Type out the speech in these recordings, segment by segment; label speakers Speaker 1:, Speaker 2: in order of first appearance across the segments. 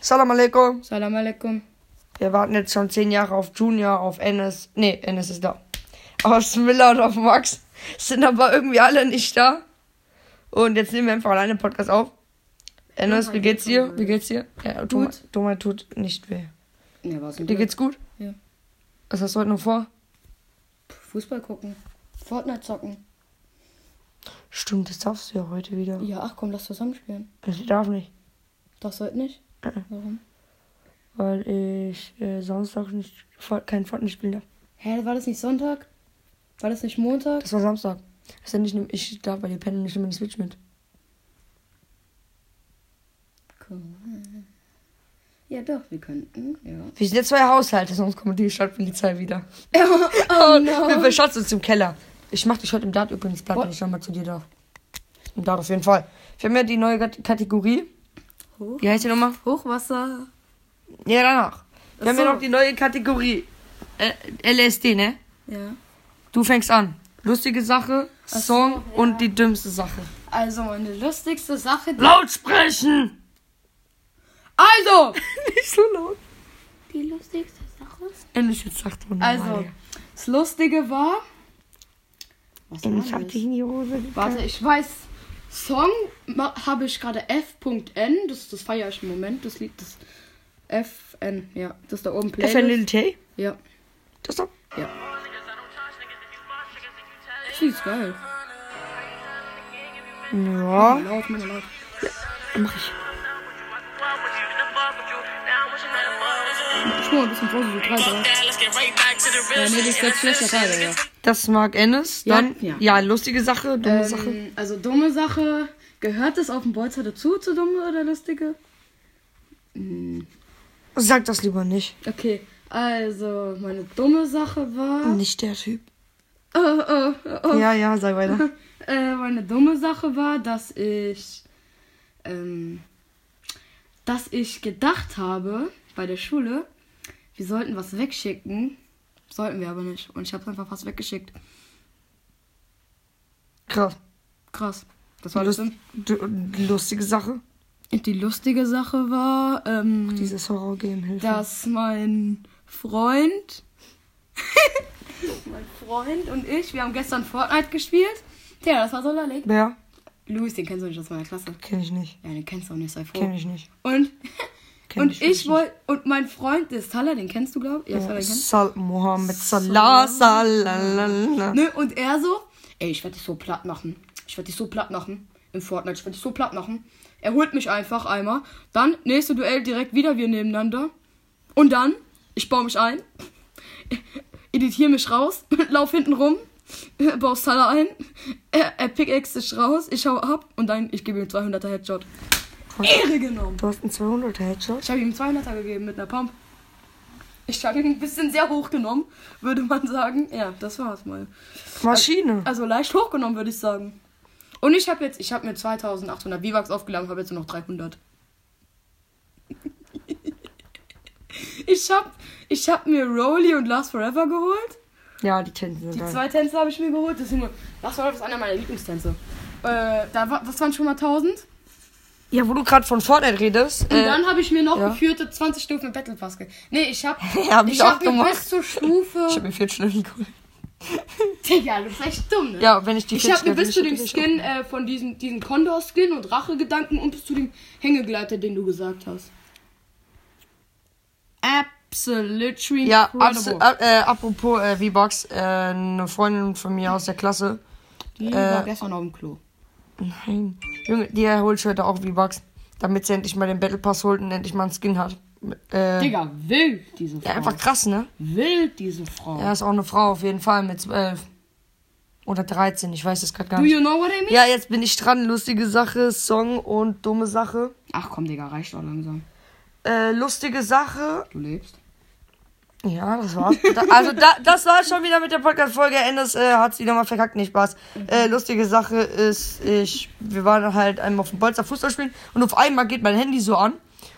Speaker 1: Salam alaikum.
Speaker 2: Salam alaikum.
Speaker 1: Wir warten jetzt schon zehn Jahre auf Junior, auf Enes. Nee, Enes ist da. Auf Smiller und auf Max. Sind aber irgendwie alle nicht da. Und jetzt nehmen wir einfach alleine einen Podcast auf. Enes, wie geht's dir? Wie geht's dir? Ja, Thomas- Thomas tut nicht weh.
Speaker 2: Ja, war's
Speaker 1: Dir geht's gut?
Speaker 2: Ja.
Speaker 1: Was hast du heute noch vor?
Speaker 2: Fußball gucken. Fortnite zocken.
Speaker 1: Stimmt, das darfst du ja heute wieder.
Speaker 2: Ja, ach komm, lass zusammen spielen.
Speaker 1: Ich darf nicht,
Speaker 2: Das sollte nicht. Warum?
Speaker 1: weil ich äh, Samstag nicht, Fort- kein Fortnite spielen darf.
Speaker 2: Hä, war das nicht Sonntag? War das nicht Montag?
Speaker 1: Das war Samstag. Ist ja nicht, ich darf bei dir pennen nicht immer die Switch mit.
Speaker 2: Cool. Ja, doch, wir könnten. Ja.
Speaker 1: Wir sind ja zwei Haushalte, sonst kommt die Stadtpolizei wieder.
Speaker 2: Oh
Speaker 1: Wir
Speaker 2: no.
Speaker 1: verschatzen uns im Keller. Ich mach dich heute im Dart übrigens platt, wenn ich nochmal zu dir darf. Im Dart auf jeden Fall. Wir haben ja die neue Kat- Kategorie.
Speaker 2: Hoch.
Speaker 1: Wie heißt die nochmal?
Speaker 2: Hochwasser.
Speaker 1: Ja, danach. Wir
Speaker 2: Ach
Speaker 1: haben ja
Speaker 2: so.
Speaker 1: noch die neue Kategorie. Äh, LSD, ne?
Speaker 2: Ja.
Speaker 1: Du fängst an. Lustige Sache,
Speaker 2: so,
Speaker 1: Song
Speaker 2: ja.
Speaker 1: und die dümmste Sache.
Speaker 2: Also, meine lustigste Sache. Die
Speaker 1: Laut sprechen!
Speaker 2: also!
Speaker 1: Nicht so laut.
Speaker 2: Die lustigste Sache?
Speaker 1: Endlich jetzt sagt man
Speaker 2: Also, das Lustige war. Was
Speaker 1: Endlich
Speaker 2: war
Speaker 1: hat
Speaker 2: das?
Speaker 1: dich in die Hose gekackt.
Speaker 2: Warte, ich weiß. Song ma- habe ich gerade F.N. Das, das feiere ich im Moment. Das Lied, das FN, ja. Das da oben
Speaker 1: FN
Speaker 2: Playlist.
Speaker 1: Lil Tay?
Speaker 2: Ja,
Speaker 1: Das doch.
Speaker 2: ja. Das Lied ist geil.
Speaker 1: Ja.
Speaker 2: Laut, Mann, laut.
Speaker 1: Mach ich.
Speaker 2: Ich mach mal ein bisschen Pause, so drei, drei. Ja, nee, das wird schlechter Teil, Digga.
Speaker 1: Das mag Ennis.
Speaker 2: Ja,
Speaker 1: Dann, ja,
Speaker 2: ja.
Speaker 1: lustige Sache, dumme Sache.
Speaker 2: Ähm, also, dumme Sache. Gehört das auf dem Bolzer dazu, zu dumme oder lustige?
Speaker 1: Sag das lieber nicht.
Speaker 2: Okay, also, meine dumme Sache war.
Speaker 1: Nicht der Typ.
Speaker 2: Oh, oh, oh, oh.
Speaker 1: Ja, ja, sag weiter.
Speaker 2: äh, meine dumme Sache war, dass ich, ähm, dass ich gedacht habe bei der Schule, wir sollten was wegschicken. Sollten wir aber nicht. Und ich habe einfach fast weggeschickt.
Speaker 1: Krass.
Speaker 2: Krass. Das war
Speaker 1: Lust,
Speaker 2: das.
Speaker 1: du- lustige Sache.
Speaker 2: Und die lustige Sache war, ähm,
Speaker 1: Dieses Horror-Game hilft.
Speaker 2: dass mein Freund, mein Freund und ich, wir haben gestern Fortnite gespielt. Tja, das war so lallig.
Speaker 1: Wer?
Speaker 2: Luis, den kennst du nicht aus meiner Klasse.
Speaker 1: Kenn ich nicht.
Speaker 2: Ja, den kennst du auch nicht, sei froh.
Speaker 1: Kenn ich nicht.
Speaker 2: Und,
Speaker 1: Kenn
Speaker 2: und ich
Speaker 1: wirklich Oh,
Speaker 2: wollte. Und mein Freund ist Salah, den kennst du, glaube ich. Ja,
Speaker 1: nicht. Ja,
Speaker 2: Salah, den kennst
Speaker 1: Sal Mohammed Salah,
Speaker 2: du.
Speaker 1: Salalala.
Speaker 2: Ne? Und er so, ey, ich werde dich so platt machen. Ich werde dich so platt machen. Im Fortnite, ich werde dich so platt machen. Er holt mich einfach einmal. Dann, nächste Duell direkt wieder wir nebeneinander. Und dann, ich baue mich ein. Editiere mich raus. lauf hinten rum. Baue Salah ein. Er, er pickaxe dich raus. Ich hau ab. Und dann, ich gebe ihm 200er Headshot. Ehre genommen.
Speaker 1: Du hast einen 200er Headshot?
Speaker 2: Ich habe ihm 200er gegeben mit einer Pump. Ich habe ihn ein bisschen sehr hoch genommen, würde man sagen. Ja, das war's mal.
Speaker 1: Maschine.
Speaker 2: Also leicht hochgenommen, würde ich sagen. Und ich habe jetzt, ich habe mir 2800 V-Bucks aufgeladen, habe jetzt nur noch 300. Ich habe ich hab mir Rolly und Last Forever geholt.
Speaker 1: Ja, die Tänze
Speaker 2: also, Die
Speaker 1: sind geil.
Speaker 2: zwei Tänze habe ich mir geholt. Das sind nur, Last Forever ist einer meiner Lieblingstänze. Äh, da war, das waren schon mal 1000.
Speaker 1: Ja, wo du gerade von Fortnite redest.
Speaker 2: Und
Speaker 1: äh,
Speaker 2: dann habe ich mir noch
Speaker 1: ja.
Speaker 2: geführte 20 Stufen Battle Pass ge Nee, ich habe
Speaker 1: Ja, hab ich
Speaker 2: ich hab
Speaker 1: auch
Speaker 2: mir
Speaker 1: gemacht.
Speaker 2: bis zur
Speaker 1: Ich hab
Speaker 2: Stufe.
Speaker 1: mir vier Stunden geholt.
Speaker 2: Digga, du bist echt dumm, ne?
Speaker 1: Ja, wenn ich die
Speaker 2: ich
Speaker 1: vier
Speaker 2: habe mir
Speaker 1: Stunden
Speaker 2: bis zu dem
Speaker 1: nicht-
Speaker 2: Skin äh, von diesem, diesem Condor-Skin und Rache-Gedanken und bis zu dem Hängegleiter, den du gesagt hast. Absolutely
Speaker 1: Ja, abs
Speaker 2: incredible.
Speaker 1: ab, äh, apropos äh, V-Box, äh, eine Freundin von mir aus der Klasse.
Speaker 2: Die
Speaker 1: äh,
Speaker 2: war gestern auf dem Klo.
Speaker 1: Nein. Junge, die holt sich heute auch V-Bucks, damit sie endlich mal den Battle Pass holt und endlich mal einen Skin hat. Äh,
Speaker 2: Digga, wild diese Frau.
Speaker 1: Ja, einfach krass, ne?
Speaker 2: wild diese Frau.
Speaker 1: Ja, ist auch eine Frau auf jeden Fall mit 12. Oder 13, ich weiß es gerade gar
Speaker 2: Do
Speaker 1: nicht.
Speaker 2: you know what I mean?
Speaker 1: Ja, jetzt bin ich dran. Lustige Sache, Song und dumme Sache.
Speaker 2: Ach komm, Digga, reicht doch langsam.
Speaker 1: Äh, lustige Sache,
Speaker 2: Du lebst.
Speaker 1: Ja, das war's. Da, also da, das war's schon wieder mit der Podcast-Folge. Endes äh, hat's wieder mal verkackt, nicht Spaß. Äh, lustige Sache ist, ich, wir waren halt einmal auf dem Bolzer Fußball spielen und auf einmal geht mein Handy so an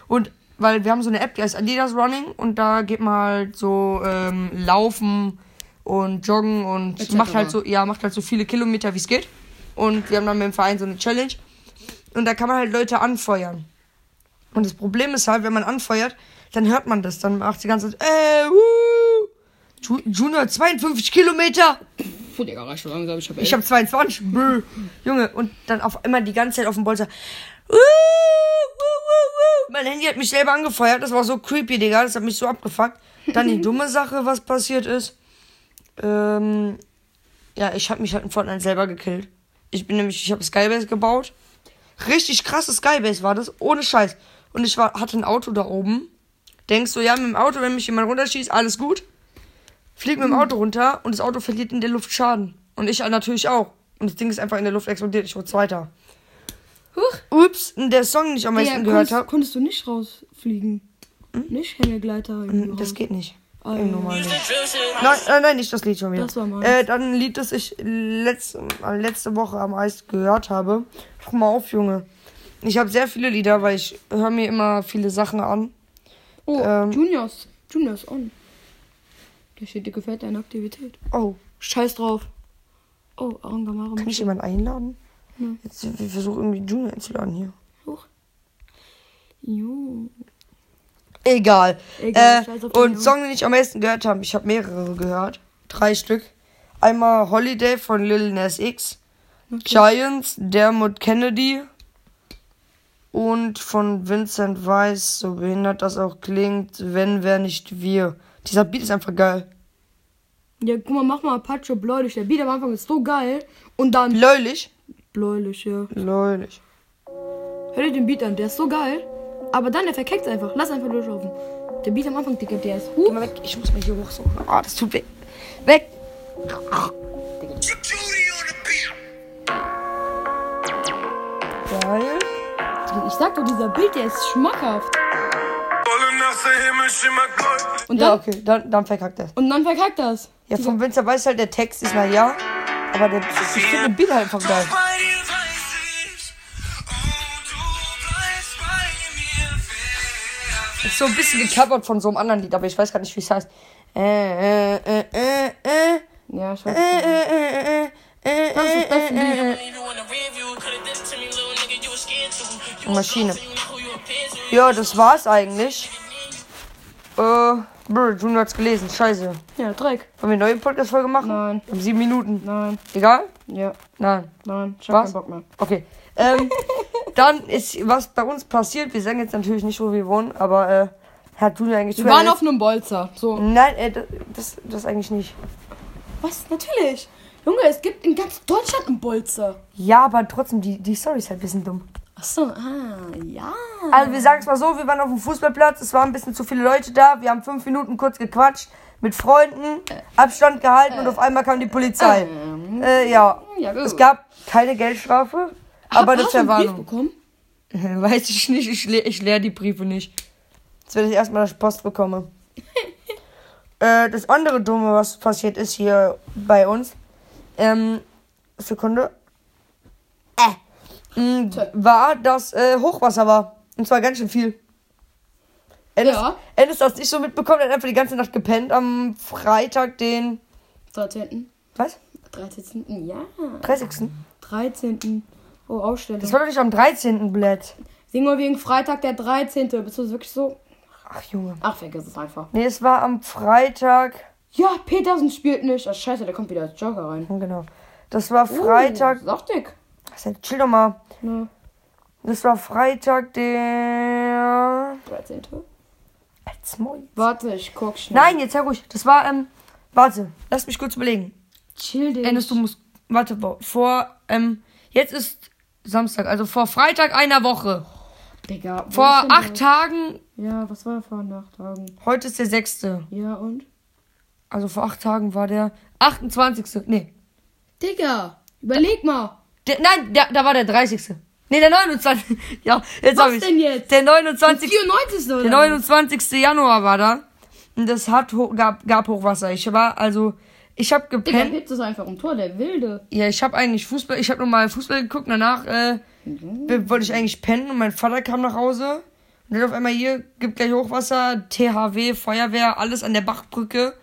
Speaker 1: und weil wir haben so eine App, die heißt Adidas Running und da geht man halt so ähm, laufen und joggen und
Speaker 2: Etc.
Speaker 1: macht halt so, ja, macht halt so viele Kilometer wie es geht. Und wir haben dann mit dem Verein so eine Challenge und da kann man halt Leute anfeuern. Und das Problem ist halt, wenn man anfeuert, dann hört man das. Dann macht die ganze Zeit, äh, wuh. Ju- Junior, 52 Kilometer.
Speaker 2: Puh, Digga, reicht schon langsam. Ich hab,
Speaker 1: Ich
Speaker 2: elf.
Speaker 1: hab 22. Bö. Junge, und dann auf einmal die ganze Zeit auf dem Bolzer. Uh, uh, uh, uh. Mein Handy hat mich selber angefeuert. Das war so creepy, Digga. Das hat mich so abgefuckt. Dann die dumme Sache, was passiert ist. Ähm, ja, ich hab mich halt in Fortnite selber gekillt. Ich bin nämlich, ich habe Skybase gebaut. Richtig krasse Skybase war das, ohne Scheiß. Und ich war, hatte ein Auto da oben. Denkst du, ja, mit dem Auto, wenn mich jemand runterschießt, alles gut fliegt mit dem Auto runter und das Auto verliert in der Luft Schaden. Und ich natürlich auch. Und das Ding ist einfach in der Luft explodiert. Ich wurde Zweiter.
Speaker 2: Huch.
Speaker 1: Ups, der Song, den ich am
Speaker 2: Digga,
Speaker 1: meisten gehört
Speaker 2: konntest,
Speaker 1: habe.
Speaker 2: konntest du nicht rausfliegen? Nicht Hängegleiter? irgendwie
Speaker 1: Das
Speaker 2: raus.
Speaker 1: geht nicht.
Speaker 2: Ah,
Speaker 1: Im
Speaker 2: ja.
Speaker 1: normalen Leben. Nein, äh, nein, nein, nicht das Lied schon wieder.
Speaker 2: Das war meins.
Speaker 1: äh, dann ein Lied, das ich letzte, letzte Woche am Eis gehört habe. Guck mal auf, Junge. Ich habe sehr viele Lieder, weil ich höre mir immer viele Sachen an.
Speaker 2: Oh,
Speaker 1: Ähm.
Speaker 2: Juniors. Juniors on. Da steht, dir gefällt deine Aktivität.
Speaker 1: Oh,
Speaker 2: Scheiß drauf. Oh, Arangamara.
Speaker 1: kann ich jemanden einladen? Jetzt wir versuchen irgendwie Junior einzuladen hier.
Speaker 2: Hoch. Jo.
Speaker 1: Egal.
Speaker 2: Egal, scheiß auf
Speaker 1: äh,
Speaker 2: die
Speaker 1: und
Speaker 2: Jungs.
Speaker 1: Song, den ich am meisten gehört habe, ich habe mehrere gehört. Drei Stück. Einmal Holiday von Lil Nas X, Giants, Dermot Kennedy und von Vincent Weiss, so behindert das auch klingt, wenn wer nicht wir. Dieser Beat ist einfach geil.
Speaker 2: Ja, guck mal, mach mal Apache bläulich. Der Beat am Anfang ist so geil. Und dann
Speaker 1: Bläulich?
Speaker 2: bläulich, ja.
Speaker 1: Bläulich.
Speaker 2: Hör dir den Beat an, der ist so geil. Aber dann, der verkeckt einfach. Lass einfach durchlaufen. Der Beat am Anfang, Digga, der ist
Speaker 1: Geh
Speaker 2: hoch.
Speaker 1: mal weg, ich muss mal hier hochsuchen. Ah, das tut weh. Weg! Geil.
Speaker 2: Ich sag doch, dieser Beat, der ist schmackhaft. Und
Speaker 1: Ja,
Speaker 2: dann,
Speaker 1: okay, dann, dann verkackt er.
Speaker 2: und dann verkackt das.
Speaker 1: Ja, vom Winzer weiß halt, der Text ist, naja, aber der, ich finde den Beat halt einfach geil. Ist so ein bisschen gecovert von so einem anderen Lied, aber ich weiß gar nicht, wie es heißt. Äh, äh, äh, äh, äh,
Speaker 2: Ja,
Speaker 1: äh,
Speaker 2: scheiße.
Speaker 1: äh, äh, äh, äh,
Speaker 2: Das ist das
Speaker 1: äh,
Speaker 2: Lied.
Speaker 1: äh, äh.
Speaker 3: Maschine.
Speaker 1: Ja, das war's eigentlich. Äh, brr, Junior hat's gelesen, scheiße. Wollen
Speaker 2: Ja, Dreck.
Speaker 1: wir eine neue Podcast-Folge machen?
Speaker 2: Nein.
Speaker 1: Um sieben Minuten.
Speaker 2: Nein,
Speaker 1: Egal?
Speaker 2: ja,
Speaker 1: Nein.
Speaker 2: nein. Ich
Speaker 1: Was?
Speaker 2: hab keinen Bock mehr.
Speaker 1: Okay. Ähm, dann ist was bei uns passiert. Wir sagen jetzt natürlich nicht, wo wir wohnen, aber äh, hat Junior eigentlich
Speaker 2: Wir waren auf einem Bolzer. So.
Speaker 1: Nein, äh, das, das eigentlich nicht.
Speaker 2: Was? Natürlich. Junge, es gibt in ganz Deutschland einen Bolzer.
Speaker 1: Ja, aber trotzdem, die, die Story ist halt ein bisschen dumm.
Speaker 2: Achso, ah, ja.
Speaker 1: Also wir sagen es mal so, wir waren auf dem Fußballplatz, es waren ein bisschen zu viele Leute da, wir haben fünf Minuten kurz gequatscht, mit Freunden,
Speaker 2: Äh.
Speaker 1: Abstand gehalten und auf einmal kam die Polizei. Äh, ja,
Speaker 2: Ähm. Ja, gut.
Speaker 1: es gab keine Geldstrafe, aber eine
Speaker 2: Hast du einen Brief
Speaker 1: Verwarnung.
Speaker 2: bekommen?
Speaker 1: Weiß ich nicht, ich, le ich leer die Briefe nicht. Jetzt werde ich erstmal das Post bekomme. äh, das andere Dumme, was passiert ist hier bei uns, ähm, Sekunde, äh, mh, war, dass äh, Hochwasser war. Und zwar ganz schön viel. Ennis,
Speaker 2: Ja.
Speaker 1: Ennis hat es nicht so mitbekommen, er hat einfach die ganze Nacht gepennt am Freitag, den,
Speaker 2: 13.
Speaker 1: was,
Speaker 2: 13. Ja.
Speaker 1: 30.
Speaker 2: 13. Oh, Ausstellung.
Speaker 1: Das war doch nicht am 13. Blatt.
Speaker 2: Sing mal wegen Freitag der 13. Bist du wirklich so?
Speaker 1: Ach, Junge.
Speaker 2: Ach, vergiss es einfach.
Speaker 1: Nee, es war am Freitag...
Speaker 2: Ja, Petersen spielt nicht. Ach, scheiße, der kommt wieder als Jogger rein.
Speaker 1: Genau. Das war Freitag.
Speaker 2: Oh, sagt dick.
Speaker 1: Was denn? Chill doch mal.
Speaker 2: Ne,
Speaker 1: Das war Freitag, der.
Speaker 2: 13.
Speaker 1: Halt's Maul.
Speaker 2: Warte, ich guck schnell.
Speaker 1: Nein, jetzt hör ruhig. Das war, ähm. Warte, lass mich kurz überlegen.
Speaker 2: Chill dich.
Speaker 1: Ennis, du musst. Warte, bo- vor. Ähm. Jetzt ist Samstag, also vor Freitag einer Woche.
Speaker 2: Digga, wo
Speaker 1: Vor
Speaker 2: ist denn
Speaker 1: acht Tagen.
Speaker 2: der? Ja, was war vor acht Tagen?
Speaker 1: Heute ist der sechste.
Speaker 2: Ja, und?
Speaker 1: Also vor acht Tagen war der 28. Nee.
Speaker 2: Digga, überleg mal.
Speaker 1: Der, nein, der, da war der 30. Nee, der 29. Ja, jetzt
Speaker 2: Was
Speaker 1: hab ich.
Speaker 2: denn jetzt?
Speaker 1: Der 29.
Speaker 2: 94. oder?
Speaker 1: Der 29. Januar war da. Und das hat ho gab, gab Hochwasser. Ich war also, ich habe
Speaker 2: Digga,
Speaker 1: gepennt.
Speaker 2: hebt es einfach um Tor, der Wilde.
Speaker 1: Ja, ich habe eigentlich Fußball, ich habe nochmal Fußball geguckt. Danach äh,
Speaker 2: Mhm.
Speaker 1: be- wollte ich eigentlich pennen und mein Vater kam nach Hause. Und dann auf einmal hier, gibt gleich Hochwasser, THW, Feuerwehr, alles an der Bachbrücke.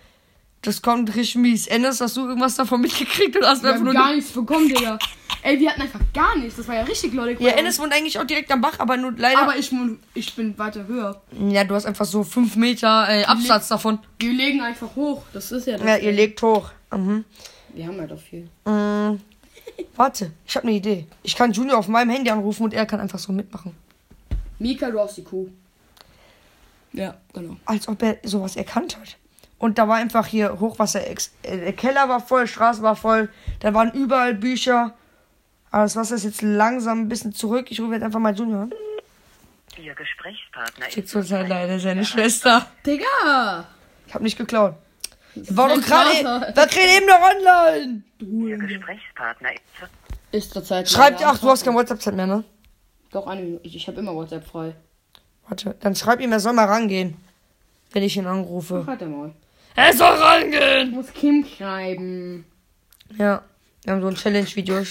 Speaker 1: Das kommt richtig mies. Ennis, hast du irgendwas davon mitgekriegt oder hast du
Speaker 2: Wir
Speaker 1: einfach nur...
Speaker 2: haben gar nichts bekommen, Digga. Ey, wir hatten einfach gar nichts. Das war ja richtig lollig.
Speaker 1: Ja, Ennis wohnt eigentlich auch direkt am Bach, aber nur leider.
Speaker 2: Aber ich, wohne- ich bin weiter höher.
Speaker 1: ja, du hast einfach so 5 Meter äh, Absatz davon.
Speaker 2: Wir legen einfach hoch. Das ist ja das.
Speaker 1: Ja, ihr legt hoch. Mhm.
Speaker 2: Wir haben ja doch viel.
Speaker 1: Mm. Warte, ich habe eine Idee. Ich kann Junior auf meinem Handy anrufen und er kann einfach so mitmachen.
Speaker 2: Mika, du hast die Kuh. Ja, genau.
Speaker 1: Als ob er sowas erkannt hat. Und da war einfach hier Hochwasser. ex- äh, Der Keller war voll, Straße war voll. Da waren überall Bücher. Aber das Wasser ist jetzt langsam ein bisschen zurück. Ich rufe jetzt einfach mal Junior an.
Speaker 4: Ihr Gesprächspartner
Speaker 1: Schickt
Speaker 4: ist
Speaker 1: uns halt leider seine Schwester.
Speaker 2: Digga!
Speaker 1: Ich hab nicht geklaut. War doch
Speaker 2: ist
Speaker 1: gerade.
Speaker 2: Wasser.
Speaker 1: War gerade eben noch online.
Speaker 4: Ihr Gesprächspartner ist
Speaker 2: Ist zur Zeit.
Speaker 1: Schreib dir,
Speaker 2: leider
Speaker 1: ach, du hast kein WhatsApp mehr, ne?
Speaker 2: Doch, eine Minute. Ich, ich habe immer WhatsApp frei.
Speaker 1: Warte, dann schreib ihm, er soll mal rangehen. Wenn ich ihn anrufe.
Speaker 2: Halt mal.
Speaker 1: Er soll rangehen!
Speaker 2: Ich muss Kim schreiben.
Speaker 1: Ja. Wir haben so ein Challenge-Video.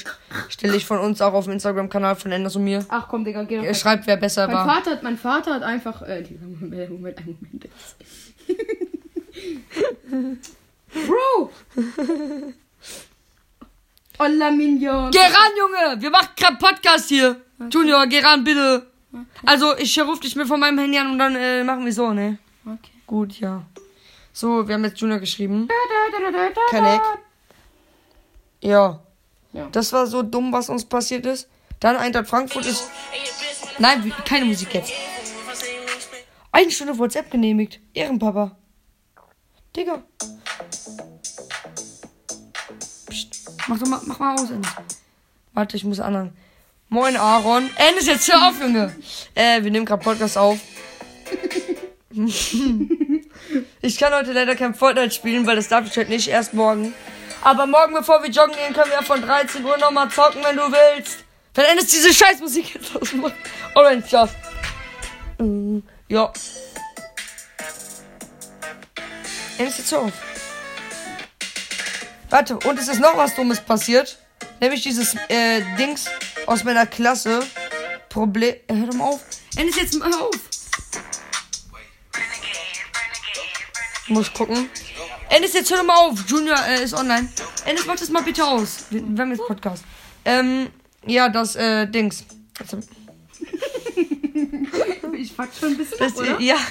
Speaker 1: Stelle ich von uns auch auf dem Instagram-Kanal von Anders und mir.
Speaker 2: Ach komm, Digga, geh doch.
Speaker 1: Er schreibt, wer besser
Speaker 2: Mein
Speaker 1: war.
Speaker 2: Vater, hat, mein Vater hat einfach. Äh, Digga, Moment, Moment, einen Moment. jetzt. Bro! Hola, Minion!
Speaker 1: Geh ran, Junge! Wir machen grad Podcast hier. Junior, geh ran, bitte. Also, ich ruf dich mir von meinem Handy an und dann äh, machen wir so, ne?
Speaker 2: Okay.
Speaker 1: Gut, ja. So, wir haben jetzt Junior geschrieben.
Speaker 2: Da, da, da, da, da, da.
Speaker 1: Connect. Ja.
Speaker 2: Ja.
Speaker 1: Das war so dumm, was uns passiert ist. Dann Eintracht Frankfurt ist. Nein, wir- keine Musik jetzt. Eine Stunde WhatsApp genehmigt. Ehrenpapa. Digga. Psst. Mach doch mal, mach mal aus, Ennis. Warte, ich muss anhören. Moin, Aaron. Ennis, jetzt hör auf, Junge. Äh, wir nehmen gerade Podcast auf. Ich kann heute leider kein Fortnite spielen, weil das darf ich heute nicht, erst morgen. Aber morgen, bevor wir joggen gehen, können wir von 13 Uhr nochmal zocken, wenn du willst. Wenn Ennis diese Scheißmusik jetzt ausmacht. Orange Job. Mm, Ja. Ennis, jetzt hör auf. Warte, und es ist noch was Dummes passiert. Nämlich dieses äh, Dings aus meiner Klasse. Problem. Hör doch mal auf. Ennis, jetzt mal auf. Muss gucken. Ennis, jetzt hör doch mal auf. Junior äh, ist online. Ennis, mach das mal bitte aus. Wir, wir haben jetzt Podcast. Ähm, ja, das äh, Dings. Jetzt hab-
Speaker 2: Ich fuck schon ein bisschen
Speaker 1: Das, äh,
Speaker 2: ab, oder?
Speaker 1: ja.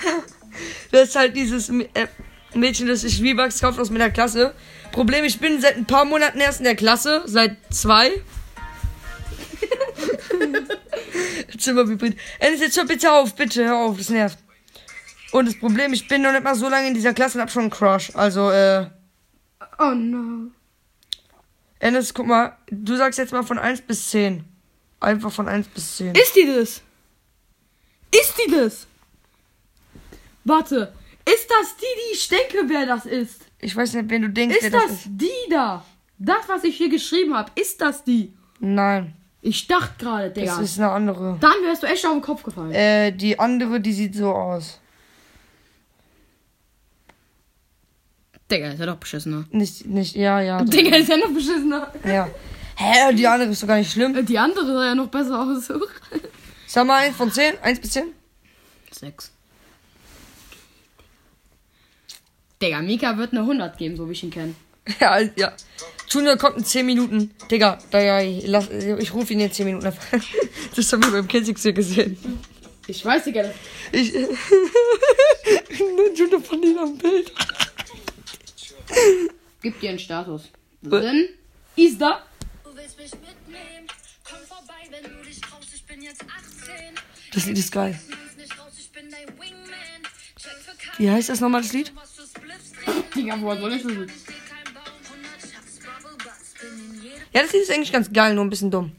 Speaker 1: Das ist halt dieses M- äh, Mädchen, das sich V-Bucks kauft aus meiner Klasse. Problem, ich bin seit ein paar Monaten erst in der Klasse. Seit zwei. Zimmer vibriert. Ennis, jetzt hör bitte auf. Bitte, hör auf. Das nervt. Und das Problem, ich bin noch nicht mal so lange in dieser Klasse und hab schon einen Crush. Also, äh...
Speaker 2: Oh no.
Speaker 1: Ennis, guck mal, du sagst jetzt mal von 1 bis 10. Einfach von 1 bis 10.
Speaker 2: Ist die das? Ist die das? Warte. Ist das die, die ich denke, wer das ist?
Speaker 1: Ich weiß nicht, wen du denkst,
Speaker 2: Ist das die da? Das, was ich hier geschrieben habe, ist das die?
Speaker 1: Nein,
Speaker 2: Ich dachte gerade, Digga.
Speaker 1: das ist eine andere.
Speaker 2: Dann wärst du echt auf den Kopf gefallen.
Speaker 1: Äh, die andere, die sieht so aus.
Speaker 2: Digga, ist ja doch ne? beschissener.
Speaker 1: Nicht, nicht, ja, ja. das-
Speaker 2: Digga, ist ja noch beschissener.
Speaker 1: Ja. Hä, die andere ist doch gar nicht schlimm.
Speaker 2: Die andere sah ja noch besser aus.
Speaker 1: Sag mal 1 von 10, 1 bis 10.
Speaker 2: Sechs. Digga, Mika wird eine 100 geben, so wie ich ihn kenne.
Speaker 1: Ja, ja. Junior kommt in 10 Minuten. Digga, Digga, ich, lass, ich rufe ihn in 10 Minuten an. Das haben wir beim Kinsix hier gesehen.
Speaker 2: Ich weiß, Digga. das-
Speaker 1: Ich. Junior von dir am Bild.
Speaker 2: Gib dir einen Status. Sinn ist da.
Speaker 5: Du willst mich mitnehmen? Komm vorbei, wenn du dich traust. Ich bin jetzt 18.
Speaker 1: Das Lied ist geil.
Speaker 5: Nimm's nicht raus, ich bin dein Wingman. Check für
Speaker 1: Wie
Speaker 5: keinen,
Speaker 1: heißt das nochmal, das Lied?
Speaker 5: was du Spliffs drehst.
Speaker 2: Digga, woher soll ich das wissen?
Speaker 5: Ich seh keinen Baum. 100 Shots, Bubble Butts. Bin in jedem
Speaker 1: Ja, das Lied ist eigentlich ganz geil, nur ein bisschen dumm.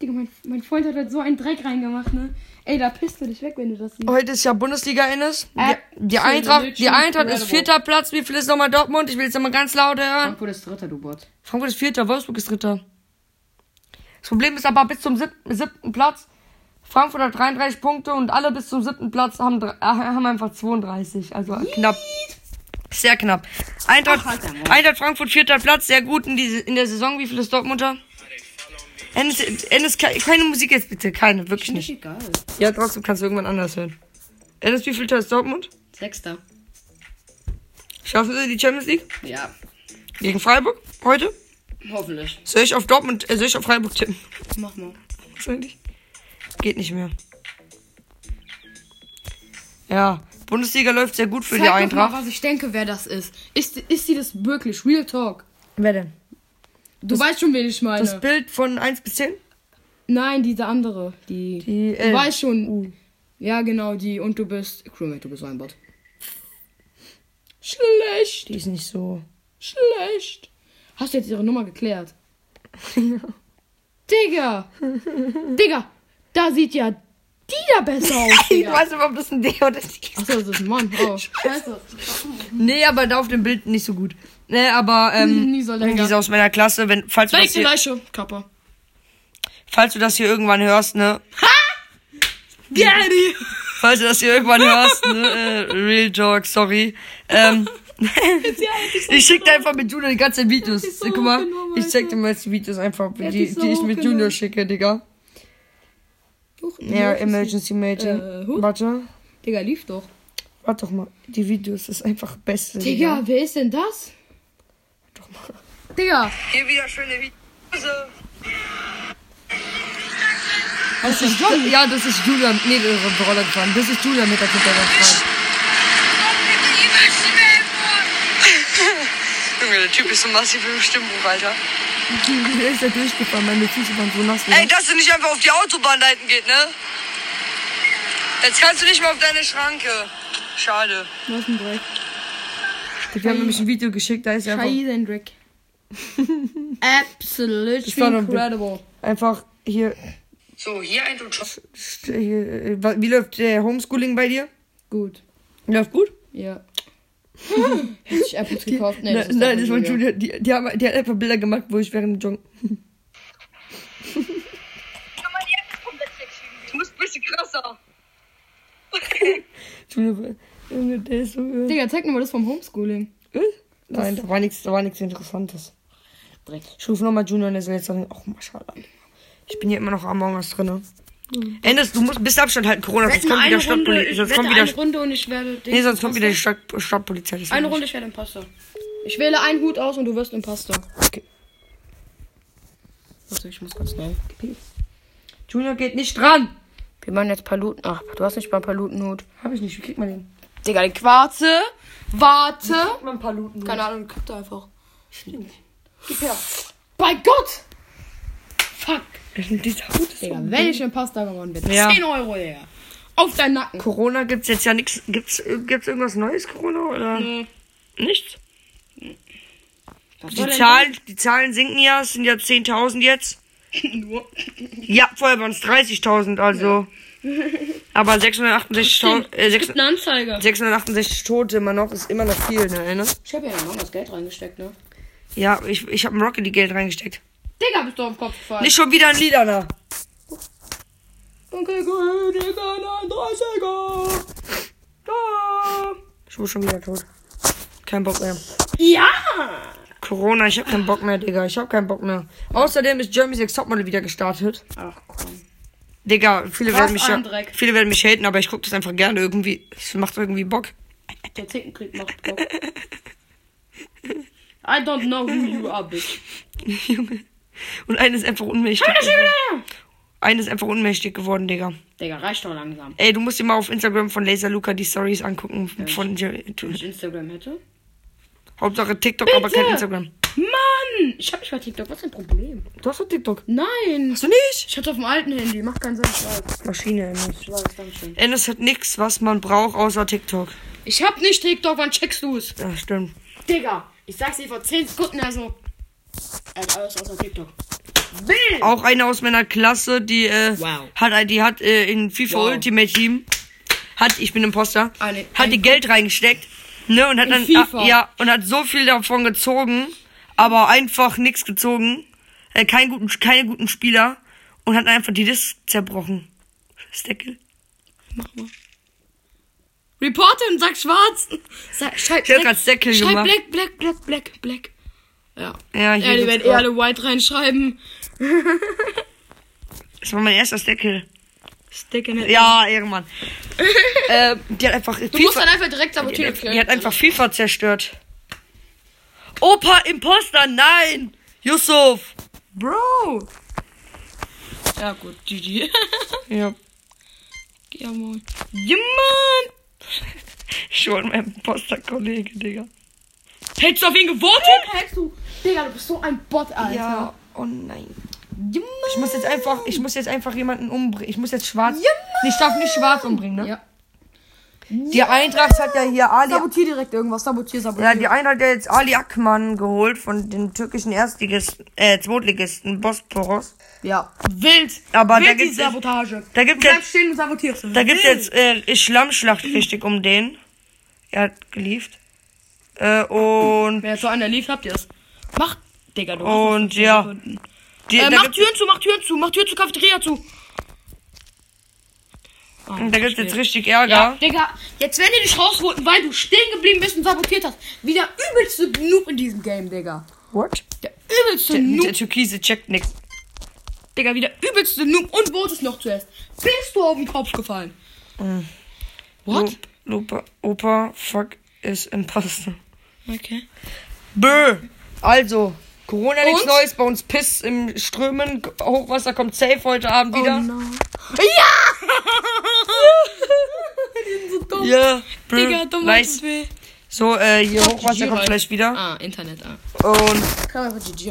Speaker 2: Digga, mein, mein Freund hat halt so einen Dreck reingemacht, ne? Ey, da pisst du dich weg, wenn du das siehst.
Speaker 1: Heute ist ja Bundesliga Ennis.
Speaker 2: Äh,
Speaker 1: Die, die Eintracht, die Eintracht ist
Speaker 2: incredible.
Speaker 1: vierter Platz. Wie viel ist nochmal Dortmund? Ich will jetzt nochmal ganz laut hören.
Speaker 2: Frankfurt ist Dritter, du Bot.
Speaker 1: Frankfurt ist vierter, Wolfsburg ist dritter. Das Problem ist aber bis zum sieb siebten Platz. Frankfurt hat 33 Punkte und alle bis zum siebten Platz haben, dr- äh, haben einfach 32. Also knapp. Sehr knapp. Eintracht, Eintracht Frankfurt vierter Platz, sehr gut in, diese, in der Saison. Wie viel ist Dortmunder? Ennis, Ennis, ke- keine Musik jetzt bitte. Keine, wirklich nicht.
Speaker 2: Egal.
Speaker 1: Ja, trotzdem kannst du irgendwann anders hören. Ennis, wie viel ist Dortmund?
Speaker 2: Sechster.
Speaker 1: Schaffen sie die Champions League?
Speaker 2: Ja.
Speaker 1: Gegen Freiburg? Heute?
Speaker 2: Hoffentlich.
Speaker 1: Soll ich auf Dortmund, äh, soll ich auf Freiburg tippen?
Speaker 2: Mach mal.
Speaker 1: Wahrscheinlich. Geht nicht mehr. Ja, Bundesliga läuft sehr gut für
Speaker 2: Zeig
Speaker 1: die
Speaker 2: doch Mal,
Speaker 1: Eintracht.
Speaker 2: was ich denke, wer das ist. Ist, ist sie das wirklich? Real Talk.
Speaker 1: Wer denn?
Speaker 2: Du weißt schon, wen ich meine.
Speaker 1: Das Bild von 1 bis 10?
Speaker 2: Nein, diese andere. Die.
Speaker 1: Die Uh.
Speaker 2: du
Speaker 1: L.
Speaker 2: weißt schon. Ja, genau, die. Und du bist. Crewmate, du bist so ein Bot. Schlecht.
Speaker 1: Die ist nicht so.
Speaker 2: Schlecht. Hast du jetzt ihre Nummer geklärt? Digga. Digga. Da sieht ja die da besser aus.
Speaker 1: Ich
Speaker 2: Digga.
Speaker 1: weiß nicht, ob das ein D oder ein I ist.
Speaker 2: Achso, das ist ein Mann. Oh, scheiße.
Speaker 1: Nee, aber da auf dem Bild nicht so gut. Nee, aber ähm,
Speaker 2: Nie soll der
Speaker 1: die ist
Speaker 2: Herr.
Speaker 1: aus meiner Klasse. Wenn, falls, du
Speaker 2: Da
Speaker 1: das
Speaker 2: liegt die
Speaker 1: hier,
Speaker 2: Leiche. um, Kappa.
Speaker 1: falls du das hier irgendwann hörst, ne?
Speaker 2: Daddy.
Speaker 1: Falls du das hier irgendwann hörst, ne? Äh, Real Talk, sorry. Ähm, ich schick dir einfach mit Junior die ganzen Videos.
Speaker 2: so
Speaker 1: Guck mal,
Speaker 2: hochgenommen,
Speaker 1: ich zeig dir mal jetzt die Videos einfach,
Speaker 2: hat
Speaker 1: die,
Speaker 2: dich so
Speaker 1: die ich mit Junior
Speaker 2: hochgenommen.
Speaker 1: schicke, Digga. Ja, Emergency Major.
Speaker 2: Äh, huh?
Speaker 1: Warte,
Speaker 2: Digga, lief doch.
Speaker 1: warte doch mal. Die Videos das ist einfach beste.
Speaker 2: Digga, wer ist denn das? Digga,
Speaker 1: Hier wieder schöne Videos.
Speaker 2: was ist das?
Speaker 1: Ja, das ist Julian. Nee, das ist Roller gefahren. Das ist Julian mit der Kinderwachsfahrt. Junge, der Typ ist so massiv im Stimmbuch, Alter. Der ist ja durchgefahren, meine Füße waren so nass. Ey, dass du nicht einfach auf die Autobahnleiten geht, ne? Jetzt kannst du nicht mal auf deine Schranke. Schade.
Speaker 2: Was ein Dreck.
Speaker 1: Die haben nämlich ein Video geschickt, da ist er einfach,
Speaker 2: Scheiße, ein Dreck. Absolutely
Speaker 1: war doch ein Dreck.
Speaker 2: incredible.
Speaker 1: einfach hier,
Speaker 4: So, hier ein und schon.
Speaker 1: hier. äh, Wie läuft der Homeschooling bei dir?
Speaker 2: Gut,
Speaker 1: Läuft gut?
Speaker 2: ja. Hätte ich Apples gekauft? Nee, das ist
Speaker 1: Nein, das war
Speaker 2: einfach
Speaker 1: Julia. Die, die, haben, die hat einfach Bilder gemacht, wo ich während dem Jong. Du musst ein bisschen krasser. Julia, Junge, der ist so. äh,
Speaker 2: Digga, zeig mir mal das vom Homeschooling.
Speaker 1: Nein, da war nichts, da war nichts Interessantes.
Speaker 2: Dreck.
Speaker 1: Ich rufe nochmal Junior und der soll jetzt sagen, ach, Maschallah. Ich bin hier immer noch am Morgen was drin. Endes, du musst bis Abstand halten, Corona, sonst kommt wieder Stadtpolizei.
Speaker 2: ich
Speaker 1: Sonst
Speaker 2: wette
Speaker 1: kommt wieder,
Speaker 2: eine Mhm. Runde und ich werde...
Speaker 1: nee, sonst kommt wieder die Stadt, Stadtpolizei. das
Speaker 2: Eine
Speaker 1: will
Speaker 2: Runde,
Speaker 1: ich
Speaker 2: ich werde Imposter. Ich wähle einen Hut aus und du wirst Imposter.
Speaker 1: Okay.
Speaker 2: Warte, ich muss ganz schnell.
Speaker 1: nicht. Junior geht nicht dran.
Speaker 2: Wir machen jetzt Paluten. Ach, du hast nicht mal einen Palutenhut.
Speaker 1: Hab ich nicht, wie kriegt man den?
Speaker 2: Digga, die Quarze. Warte.
Speaker 1: Mal ein paar Luten.
Speaker 2: Keine Ahnung, kriegt er einfach. Bei Gott! Fuck!
Speaker 1: Dieser Hut ist
Speaker 2: Digga,
Speaker 1: so
Speaker 2: wenn ich im Pasta gewonnen bin.
Speaker 1: Ja.
Speaker 2: 10 Euro, Digga. Auf deinen Nacken.
Speaker 1: Corona gibt's jetzt ja nichts. Gibt's, äh, gibt's irgendwas Neues, Corona? Oder?
Speaker 2: Nee.
Speaker 1: Nichts?
Speaker 2: Was
Speaker 1: Die Zahlen, die Zahlen sinken ja, es sind ja 10.000 jetzt.
Speaker 2: Nur.
Speaker 1: Ja, vorher waren es 30.000, also. Aber 668.000, äh,
Speaker 2: Es gibt
Speaker 1: 6-
Speaker 2: eine Anzeige.
Speaker 1: 668 Tote immer noch, ist immer noch viel, ne? ne?
Speaker 2: Ich hab ja in Mamas Geld reingesteckt, ne?
Speaker 1: Ja, ich, ich hab im Rocket die Geld reingesteckt.
Speaker 2: Digga, bist du auf den Kopf gefallen.
Speaker 1: Nicht schon wieder ein Liederner.
Speaker 2: Okay, gut, Digga, nein, 30er. Da.
Speaker 1: Ich bin schon wieder tot. Kein Bock mehr.
Speaker 2: Ja!
Speaker 1: Corona, ich hab keinen Bock mehr, Digga. Ich hab keinen Bock mehr. Außerdem ist Jeremy's Ex Topmodel wieder gestartet.
Speaker 2: Ach komm.
Speaker 1: Digga, viele
Speaker 2: Was
Speaker 1: werden, mich,
Speaker 2: ein
Speaker 1: ja-
Speaker 2: Dreck.
Speaker 1: viele werden mich haten, aber ich guck das einfach gerne irgendwie. Es macht irgendwie Bock.
Speaker 2: Der Zickenkrieg macht Bock. I don't know who you are, bitch.
Speaker 1: Junge. Und eine ist einfach unmächtig. geworden. Eine ist einfach unmächtig geworden, Digga.
Speaker 2: Digga, reicht doch langsam.
Speaker 1: Ey, du musst dir mal auf Instagram von Laser Luca die Stories angucken. Von
Speaker 2: Wenn ich Instagram hätte.
Speaker 1: Hauptsache TikTok, aber
Speaker 2: Bitte!
Speaker 1: kein Instagram.
Speaker 2: Mann! Ich hab nicht mal TikTok. Was ist dein Problem?
Speaker 1: Du hast doch TikTok.
Speaker 2: Nein!
Speaker 1: Hast du nicht?
Speaker 2: Ich hatte auf dem alten Handy. Macht keinen Sinn. Ich weiß.
Speaker 1: Maschine, Ennis.
Speaker 2: Ich weiß, danke schön.
Speaker 1: Ennis hat nichts, was man braucht, außer TikTok.
Speaker 2: Ich hab nicht TikTok. Wann checkst du's?
Speaker 1: Ja, stimmt.
Speaker 2: Digga, ich sag's dir vor 10 Sekunden. Also. Er hat alles außer TikTok. Will!
Speaker 1: Auch eine aus meiner Klasse, die, äh,
Speaker 2: Wow.
Speaker 1: hat, die hat äh, in FIFA
Speaker 2: Wow.
Speaker 1: Ultimate Team, hat, ich bin Imposter,
Speaker 2: Ah, nee.
Speaker 1: hat die Geld reingesteckt, ne, und hat dann,
Speaker 2: FIFA.
Speaker 1: ah, ja, und hat so viel davon gezogen, aber einfach nichts gezogen, äh, keinen guten, keine guten Spieler, und hat einfach die List zerbrochen. Steckel.
Speaker 2: Reporter und sag schwarz. Sag, schreib
Speaker 1: Ich hab grad Deckel
Speaker 2: schreib
Speaker 1: gemacht.
Speaker 2: Black, Black, Black, Black, Black. Ja.
Speaker 1: Ja, hier
Speaker 2: Ja, die
Speaker 1: gibt's
Speaker 2: werden eh
Speaker 1: auch-
Speaker 2: alle White reinschreiben.
Speaker 1: Das war mein erster Steckel.
Speaker 2: Stick in it.
Speaker 1: Ja, Ehrenmann. äh, die hat einfach
Speaker 2: Du musst dann einfach direkt
Speaker 1: Die,
Speaker 2: sabotieren.
Speaker 1: die hat einfach FIFA zerstört. Opa Imposter, nein! Yusuf!
Speaker 2: Bro! Ja, gut, GG.
Speaker 1: Ja.
Speaker 2: ja, moin. Ja, Mann!
Speaker 1: Schon mein Posterkollege, Digga.
Speaker 2: Hättest du auf ihn gewotet? Hättest du. Digga, du bist so ein Bot, Alter.
Speaker 1: Ja. Oh nein.
Speaker 2: Ja,
Speaker 1: Ich muss jetzt einfach, ich muss jetzt einfach jemanden umbringen. Ich muss jetzt schwarz.
Speaker 2: Ja,
Speaker 1: Nee, ich darf nicht schwarz umbringen, ne?
Speaker 2: Ja.
Speaker 1: Die Eintracht hat ja hier Ali.
Speaker 2: Sabotier direkt irgendwas. Sabotier, sabotier.
Speaker 1: Ja, die Eintracht hat ja jetzt Ali Akman geholt von den türkischen Erstligisten, äh, Zweitligisten Bosporus.
Speaker 2: Ja. Wild.
Speaker 1: Aber
Speaker 2: Wild
Speaker 1: da
Speaker 2: die
Speaker 1: gibt's jetzt-
Speaker 2: Sabotage.
Speaker 1: da gibt's
Speaker 2: du bleibst
Speaker 1: jetzt-
Speaker 2: stehen und sabotierst.
Speaker 1: Da gibt's
Speaker 2: Wild.
Speaker 1: jetzt äh, Schlammschlacht richtig um den. Er hat gelieft. Äh, und
Speaker 2: Wenn jetzt so einer lief, habt ihr es. Macht, Digga, du. hast
Speaker 1: und
Speaker 2: es.
Speaker 1: ja. Die,
Speaker 2: Äh,
Speaker 1: Oh, da
Speaker 2: mach
Speaker 1: gibt's-
Speaker 2: Türen zu, mach Türen zu, mach Türen zu, Cafeteria zu.
Speaker 1: da
Speaker 2: Ah,
Speaker 1: gibt's jetzt
Speaker 2: schwierig.
Speaker 1: richtig Ärger.
Speaker 2: Ja, Digga, jetzt wenn die dich rausholten, weil du stehen geblieben bist und sabotiert hast. Wieder übelste Noob in diesem Game, Digga.
Speaker 1: What?
Speaker 2: Der übelste
Speaker 1: Der, der
Speaker 2: Noob.
Speaker 1: Türkise checkt nix.
Speaker 2: Digga, wieder übelste Noob und wurdest noch zuerst. Bist du auf den Kopf gefallen? What?
Speaker 1: Lup- Lupa, Opa, fuck, ist Imposter.
Speaker 2: Okay.
Speaker 1: Bö! Also, Corona nichts
Speaker 2: Und?
Speaker 1: Neues, bei uns Piss im Strömen, Hochwasser kommt safe heute Abend
Speaker 2: Oh
Speaker 1: wieder.
Speaker 2: Dumm.
Speaker 1: Ja, bö.
Speaker 2: Digga, dumm
Speaker 1: nice.
Speaker 2: weh.
Speaker 1: So, äh, hier Hochwasser
Speaker 2: GG
Speaker 1: kommt
Speaker 2: rein.
Speaker 1: gleich wieder.
Speaker 2: Ah, Internet, ah.
Speaker 1: Und,
Speaker 2: Kann man einfach GG.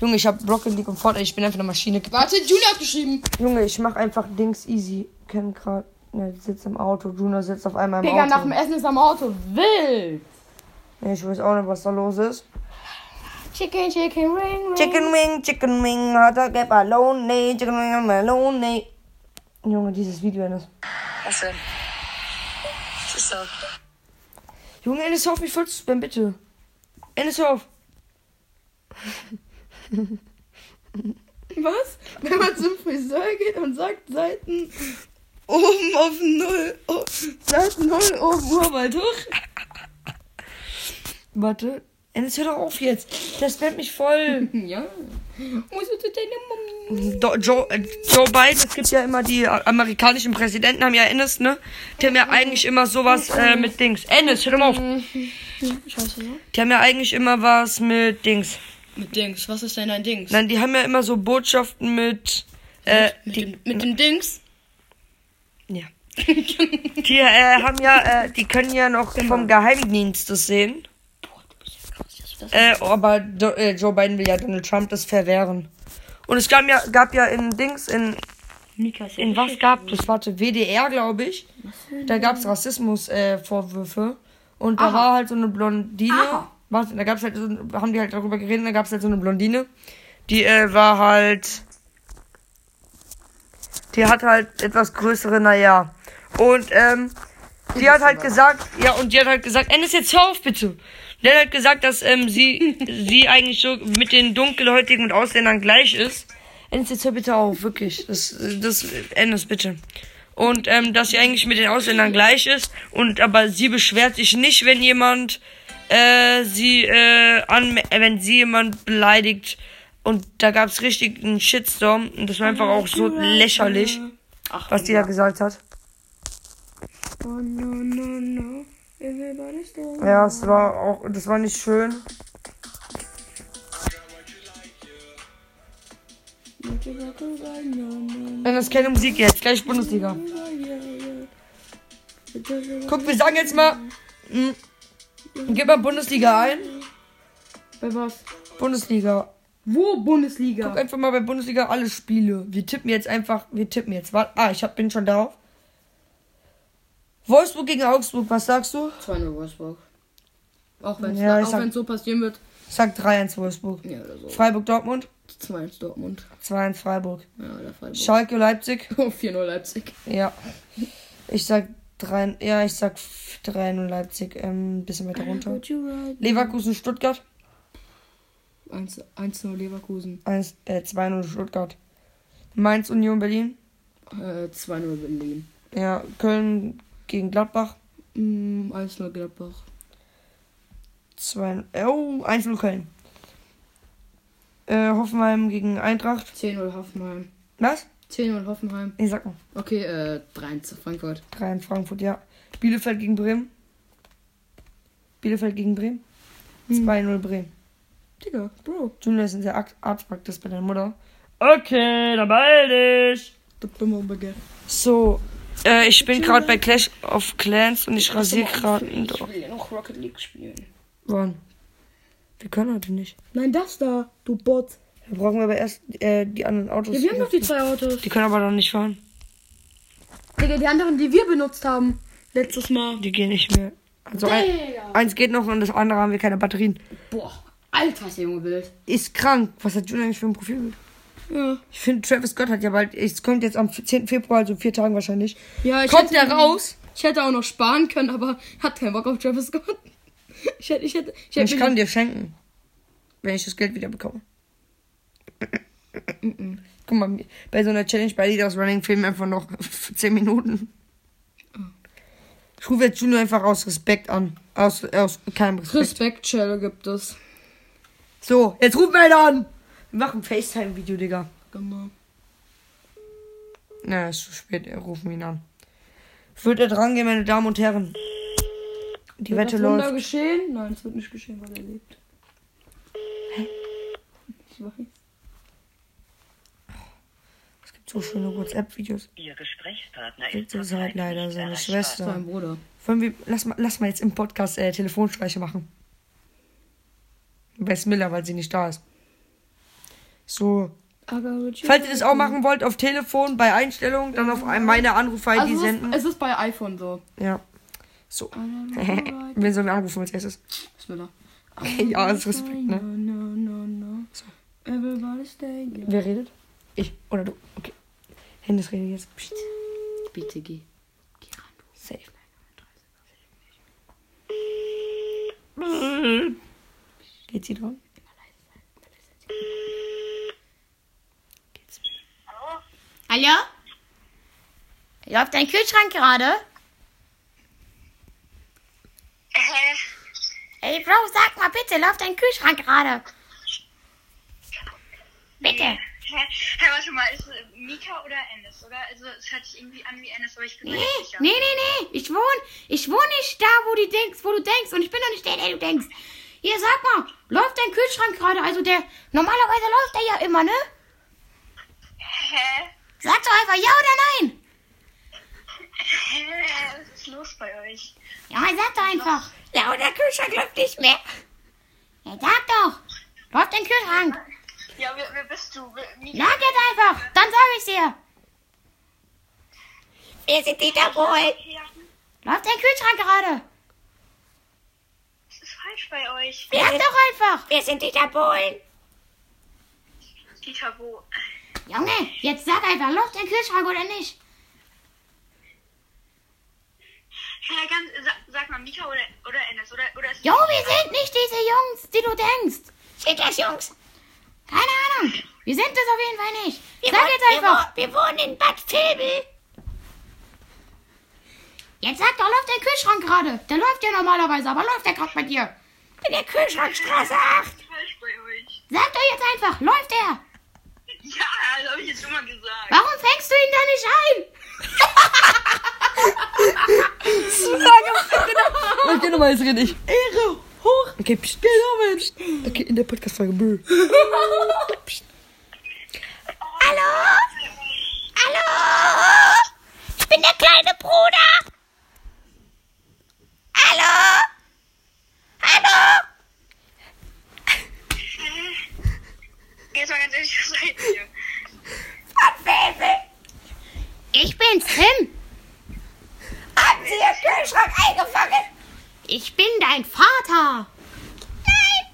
Speaker 1: Junge, ich hab Rocket League und Fortnite, ich bin einfach eine Maschine.
Speaker 2: Warte, Julia hat geschrieben.
Speaker 1: Junge, ich mach einfach Dings easy. Ken grad, ne, sitzt im Auto, Juna sitzt auf einmal im
Speaker 2: Digga, nach
Speaker 1: Auto.
Speaker 2: dem Essen ist am Auto wild.
Speaker 1: Nee, ich weiß auch nicht, was da los ist.
Speaker 2: Chicken, chicken, ring, ring.
Speaker 1: Chicken Wing, Chicken Wing, hot dog and baloney, Chicken Wing and baloney. Junge, dieses Video, Ennis.
Speaker 4: Was denn? Was ist da?
Speaker 1: Junge, Ennis, hör auf mich voll zu spammen, bitte. Ennis, hör auf.
Speaker 2: Was? Wenn man zum Friseur geht und sagt Seiten oben auf null, oh, Seiten null oben Urwald hoch.
Speaker 1: Warte. Ennis, hör doch auf jetzt. Der spammt mich voll.
Speaker 2: Ja. Musst du zu deiner Mami.
Speaker 1: Do, Joe, äh, Joe Biden, es gibt ja immer die äh, amerikanischen Präsidenten, haben ja Ennis, ne? Die haben ja eigentlich immer sowas äh, mit Dings. Ennis, hör doch mal auf.
Speaker 2: Äh, Scheiße. ne?
Speaker 1: Die haben ja eigentlich immer was mit Dings.
Speaker 2: Mit Dings, was ist denn dein Dings?
Speaker 1: Nein, die haben ja immer so Botschaften mit. Äh,
Speaker 2: mit, dem, mit dem Dings?
Speaker 1: Ja. die äh, haben ja, äh, die können ja noch vom Geheimdienst das sehen.
Speaker 2: Genau. Boah, du bist ja krass, dass du das.
Speaker 1: Äh, aber Do äh, Joe Biden will ja Donald Trump das verwehren. Und es gab ja, gab ja in Dings, in,
Speaker 2: Mika ist ja
Speaker 1: in was gab das? Warte, WDR, glaube ich. Da gab es Rassismus-Vorwürfe. und da war halt so eine Blondine. Warte, da gab's halt so, haben die halt darüber geredet, da gab es halt so eine Blondine. Die äh, war halt. Die hat halt etwas größere, naja. Und ähm, die hat halt gesagt, ja, und die hat halt gesagt, Ennis, jetzt hör auf bitte. Die hat halt gesagt, dass ähm, sie, sie eigentlich so mit den Dunkelhäutigen und Ausländern gleich ist. Ennis, jetzt hör bitte auf, wirklich. Das, das, Ennis, bitte. Und ähm, dass sie eigentlich mit den Ausländern gleich ist. Und aber sie beschwert sich nicht, wenn jemand äh, sie, äh, anme- äh, wenn sie jemand beleidigt. Und da gab's richtig einen Shitstorm. Und das war einfach auch so lächerlich,
Speaker 2: Ach,
Speaker 1: was die da gesagt hat.
Speaker 2: Oh, no, no, no. Everybody's down.
Speaker 1: Ja, es war auch, das war nicht schön. Wenn das keine Musik jetzt, gleich Bundesliga. Guck, wir sagen jetzt mal, mh, gib mal Bundesliga ein.
Speaker 2: Bei was?
Speaker 1: Bundesliga.
Speaker 2: Wo Bundesliga?
Speaker 1: Guck einfach mal bei Bundesliga alle Spiele. Wir tippen jetzt einfach, wir tippen jetzt. Warte, ah, ich hab, bin schon drauf. Wolfsburg gegen Augsburg, was sagst du?
Speaker 2: 2-0 Wolfsburg. Auch wenn es
Speaker 1: Ja, ich
Speaker 2: auch
Speaker 1: sag-
Speaker 2: wenn's so passieren wird.
Speaker 1: Ich sag 3-1 Wolfsburg.
Speaker 2: Ja, oder so.
Speaker 1: Freiburg-Dortmund,
Speaker 2: 2-1 Dortmund.
Speaker 1: 2-1 Freiburg.
Speaker 2: Ja, oder Freiburg.
Speaker 1: Schalke-Leipzig,
Speaker 2: Oh, 4-0 Leipzig.
Speaker 1: ja. Ich sag 3, ja, ich sag 3-0 Leipzig, ähm, bisschen weiter runter. Leverkusen-Stuttgart,
Speaker 2: 1 1-0 Leverkusen.
Speaker 1: 1, äh, 2-0 Stuttgart. Mainz-Union Berlin,
Speaker 2: Äh, 2-0 Berlin.
Speaker 1: ja, Köln gegen Gladbach, Mhm.
Speaker 2: Mm, 1-0 Gladbach.
Speaker 1: 2, oh, 1-0 Köln. Äh, Hoffenheim gegen Eintracht.
Speaker 2: 10-0 Hoffenheim.
Speaker 1: Was?
Speaker 2: 10-0 Hoffenheim.
Speaker 1: Ich sag mal.
Speaker 2: Okay, äh, 3-1 Frankfurt.
Speaker 1: 3 in Frankfurt, ja. Bielefeld gegen Bremen. Bielefeld gegen Bremen. 2-0 Bremen.
Speaker 2: Digga, Bro.
Speaker 1: Junior ist in der Ak- Arztpraxis bei deiner Mutter. Okay, dann beeil dich.
Speaker 2: Das bin mal begehrt.
Speaker 1: So, äh, ich bin gerade bei Clash of Clans und ich rasiere gerade ein
Speaker 2: Ich
Speaker 1: Dorf.
Speaker 2: will ja noch Rocket League spielen.
Speaker 1: Wann? Wir können heute nicht.
Speaker 2: Nein, das da, du Bot.
Speaker 1: Da brauchen wir aber erst äh, die anderen Autos.
Speaker 2: Ja, wir haben doch die zwei Autos.
Speaker 1: Die können aber noch nicht fahren.
Speaker 2: Digga, die anderen, die wir benutzt haben. Letztes Mal.
Speaker 1: Die gehen nicht mehr. Also ein,
Speaker 2: Digga.
Speaker 1: eins geht noch und das andere haben wir keine Batterien.
Speaker 2: Boah, alter ist der Junge wild.
Speaker 1: Ist krank. Was hat Junior eigentlich für ein Profilbild?
Speaker 2: Ja.
Speaker 1: Ich finde, Travis Scott hat ja bald. Es kommt jetzt am 10. Februar, also in vier Tagen wahrscheinlich.
Speaker 2: Ja, ich
Speaker 1: kommt
Speaker 2: hätte-
Speaker 1: der raus?
Speaker 2: Ich hätte auch noch sparen können, aber hat keinen Bock auf Travis Scott. Ich hätte, ich hätte, ich hätte
Speaker 1: Ich
Speaker 2: mir
Speaker 1: kann
Speaker 2: die-
Speaker 1: dir schenken. Wenn ich das Geld wieder bekomme. Guck mal, bei so einer Challenge bei Leaders Running filmen einfach noch 10 Minuten. Ich rufe jetzt Juno einfach aus Respekt an. Aus, aus keinem Respekt.
Speaker 2: Respekt-Channel gibt es.
Speaker 1: so, jetzt rufen wir ihn an! Wir machen ein FaceTime-Video, Digga.
Speaker 2: Genau.
Speaker 1: Na, ist zu spät, wir rufen ihn an. Wird er drangehen, meine Damen und Herren? Die Wette
Speaker 2: das Wunder
Speaker 1: läuft.
Speaker 2: geschehen? Nein, es wird nicht geschehen, weil er lebt. Ich weiß.
Speaker 1: Es gibt so schöne WhatsApp-Videos.
Speaker 4: Ihr Gesprächspartner
Speaker 1: Das ist halt
Speaker 4: zurzeit
Speaker 1: leider
Speaker 4: nicht
Speaker 1: seine
Speaker 4: erreichbar.
Speaker 1: Schwester.
Speaker 2: Sein Bruder.
Speaker 1: Wollen wir, lass mal, lass mal jetzt im Podcast äh, Telefonstreiche machen. Bei Smiller, weil sie nicht da ist. So.
Speaker 2: Aber
Speaker 1: Falls ihr das auch machen wollt, auf Telefon, bei Einstellungen, dann auf ein- meine Anrufe-ID
Speaker 2: also es,
Speaker 1: senden.
Speaker 2: ist, es ist bei iPhone so.
Speaker 1: Ja. So. Wen sollen wir anrufen als erstes?
Speaker 2: Bismillah.
Speaker 1: Ja, aus Respekt, ne?
Speaker 2: No, no, no. Everybody stay. young.
Speaker 1: Wer redet? Ich oder du. Okay. Hennes redet jetzt. Psst.
Speaker 2: Bitte geh. Geh ran.
Speaker 1: Safe. Geht sie dran?
Speaker 6: Hallo? Läuft dein Kühlschrank gerade? Äh.
Speaker 4: Hä?
Speaker 6: Ey, Bro, sag mal bitte, läuft dein Kühlschrank gerade? Bitte.
Speaker 4: Hä? Hä, warte mal, ist äh, Mika oder Ennis, oder? Also, es hört sich irgendwie an wie Ennis, aber ich bin mir
Speaker 6: Nee,
Speaker 4: nicht sicher.
Speaker 6: nee, nee, nee. Ich wohne, ich wohne nicht da, wo du denkst, wo du denkst. Und ich bin doch nicht der, der du denkst. Hier, sag mal, läuft dein Kühlschrank gerade? Also der, normalerweise läuft der ja immer, ne?
Speaker 4: Hä?
Speaker 6: Sag doch einfach ja oder nein.
Speaker 4: Hä? Was ist los bei euch?
Speaker 6: Ja, sag doch einfach. Ja, und der Kühlschrank läuft nicht mehr. Ja, sag doch. Läuft dein Kühlschrank.
Speaker 4: Ja, wer, wer bist du? Wer- Mika?
Speaker 6: Sag jetzt einfach, dann sag ich's dir. Wir sind Dieter Bohlen.
Speaker 4: Ja,
Speaker 6: Läuft dein Kühlschrank gerade?
Speaker 4: was ist falsch bei euch?
Speaker 6: Sag doch einfach. Wir sind Dieter Bohlen.
Speaker 4: Dieter, wo?
Speaker 6: Junge, jetzt sag einfach, läuft dein Kühlschrank oder nicht?
Speaker 4: Hä, ganz, sag, sag mal, Mika oder, oder Ennis, oder, oder ist
Speaker 6: Jo, wir sind nicht diese Jungs, die du denkst. Sind das Jungs? Keine Ahnung. Wir sind es auf jeden Fall nicht. sag jetzt einfach. Wir, wohnen in Bad Vilbel. Jetzt sag doch, läuft dein Kühlschrank gerade. Der läuft ja normalerweise, aber läuft der gerade bei dir? In der Kühlschrankstraße 8.
Speaker 4: falsch bei euch?
Speaker 6: Sag doch jetzt einfach, läuft er?
Speaker 4: Ja, das habe ich jetzt schon mal gesagt.
Speaker 6: Warum fängst du ihn da nicht ein?
Speaker 1: Okay, nochmal, jetzt rede ich. Ehre, hoch. Okay, pst, genau, Mensch. Okay, in der Podcast-Folge. Bö.
Speaker 6: Hallo? Hallo? Ich bin der kleine Bruder. Hallo? Hallo?
Speaker 4: Jetzt mal ganz ehrlich, was seid ihr?
Speaker 6: Ich bin Tim. Haben Sie den Kühlschrank eingefangen? Ich bin dein Vater.
Speaker 4: Hä,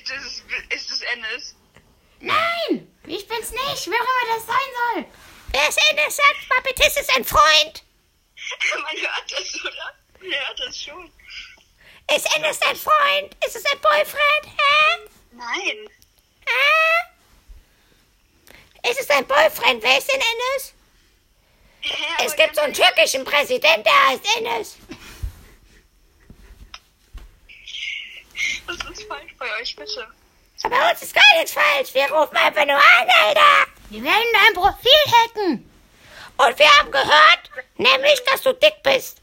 Speaker 4: das ist, ist das Ennis?
Speaker 6: Nein, ich bin's nicht, wer auch immer das sein soll. Wer ist Ennis? Sagt mal bitte, ist es ein Freund?
Speaker 4: Man hört Oh das, oder? Man hört das schon.
Speaker 6: Ist Ennis ein Freund? Ist es ein Boyfriend? Hä?
Speaker 4: Nein.
Speaker 6: Ist es ein Boyfriend? Wer ist denn Ennis?
Speaker 4: Hä,
Speaker 6: Es
Speaker 4: aber
Speaker 6: gibt so einen türkischen Präsident, der heißt Ennis.
Speaker 4: Was ist falsch bei euch, bitte?
Speaker 6: Bei uns ist gar nichts falsch. Wir rufen einfach nur an, Alter. Wir werden dein Profil hacken. Und wir haben gehört, nämlich, dass du dick bist.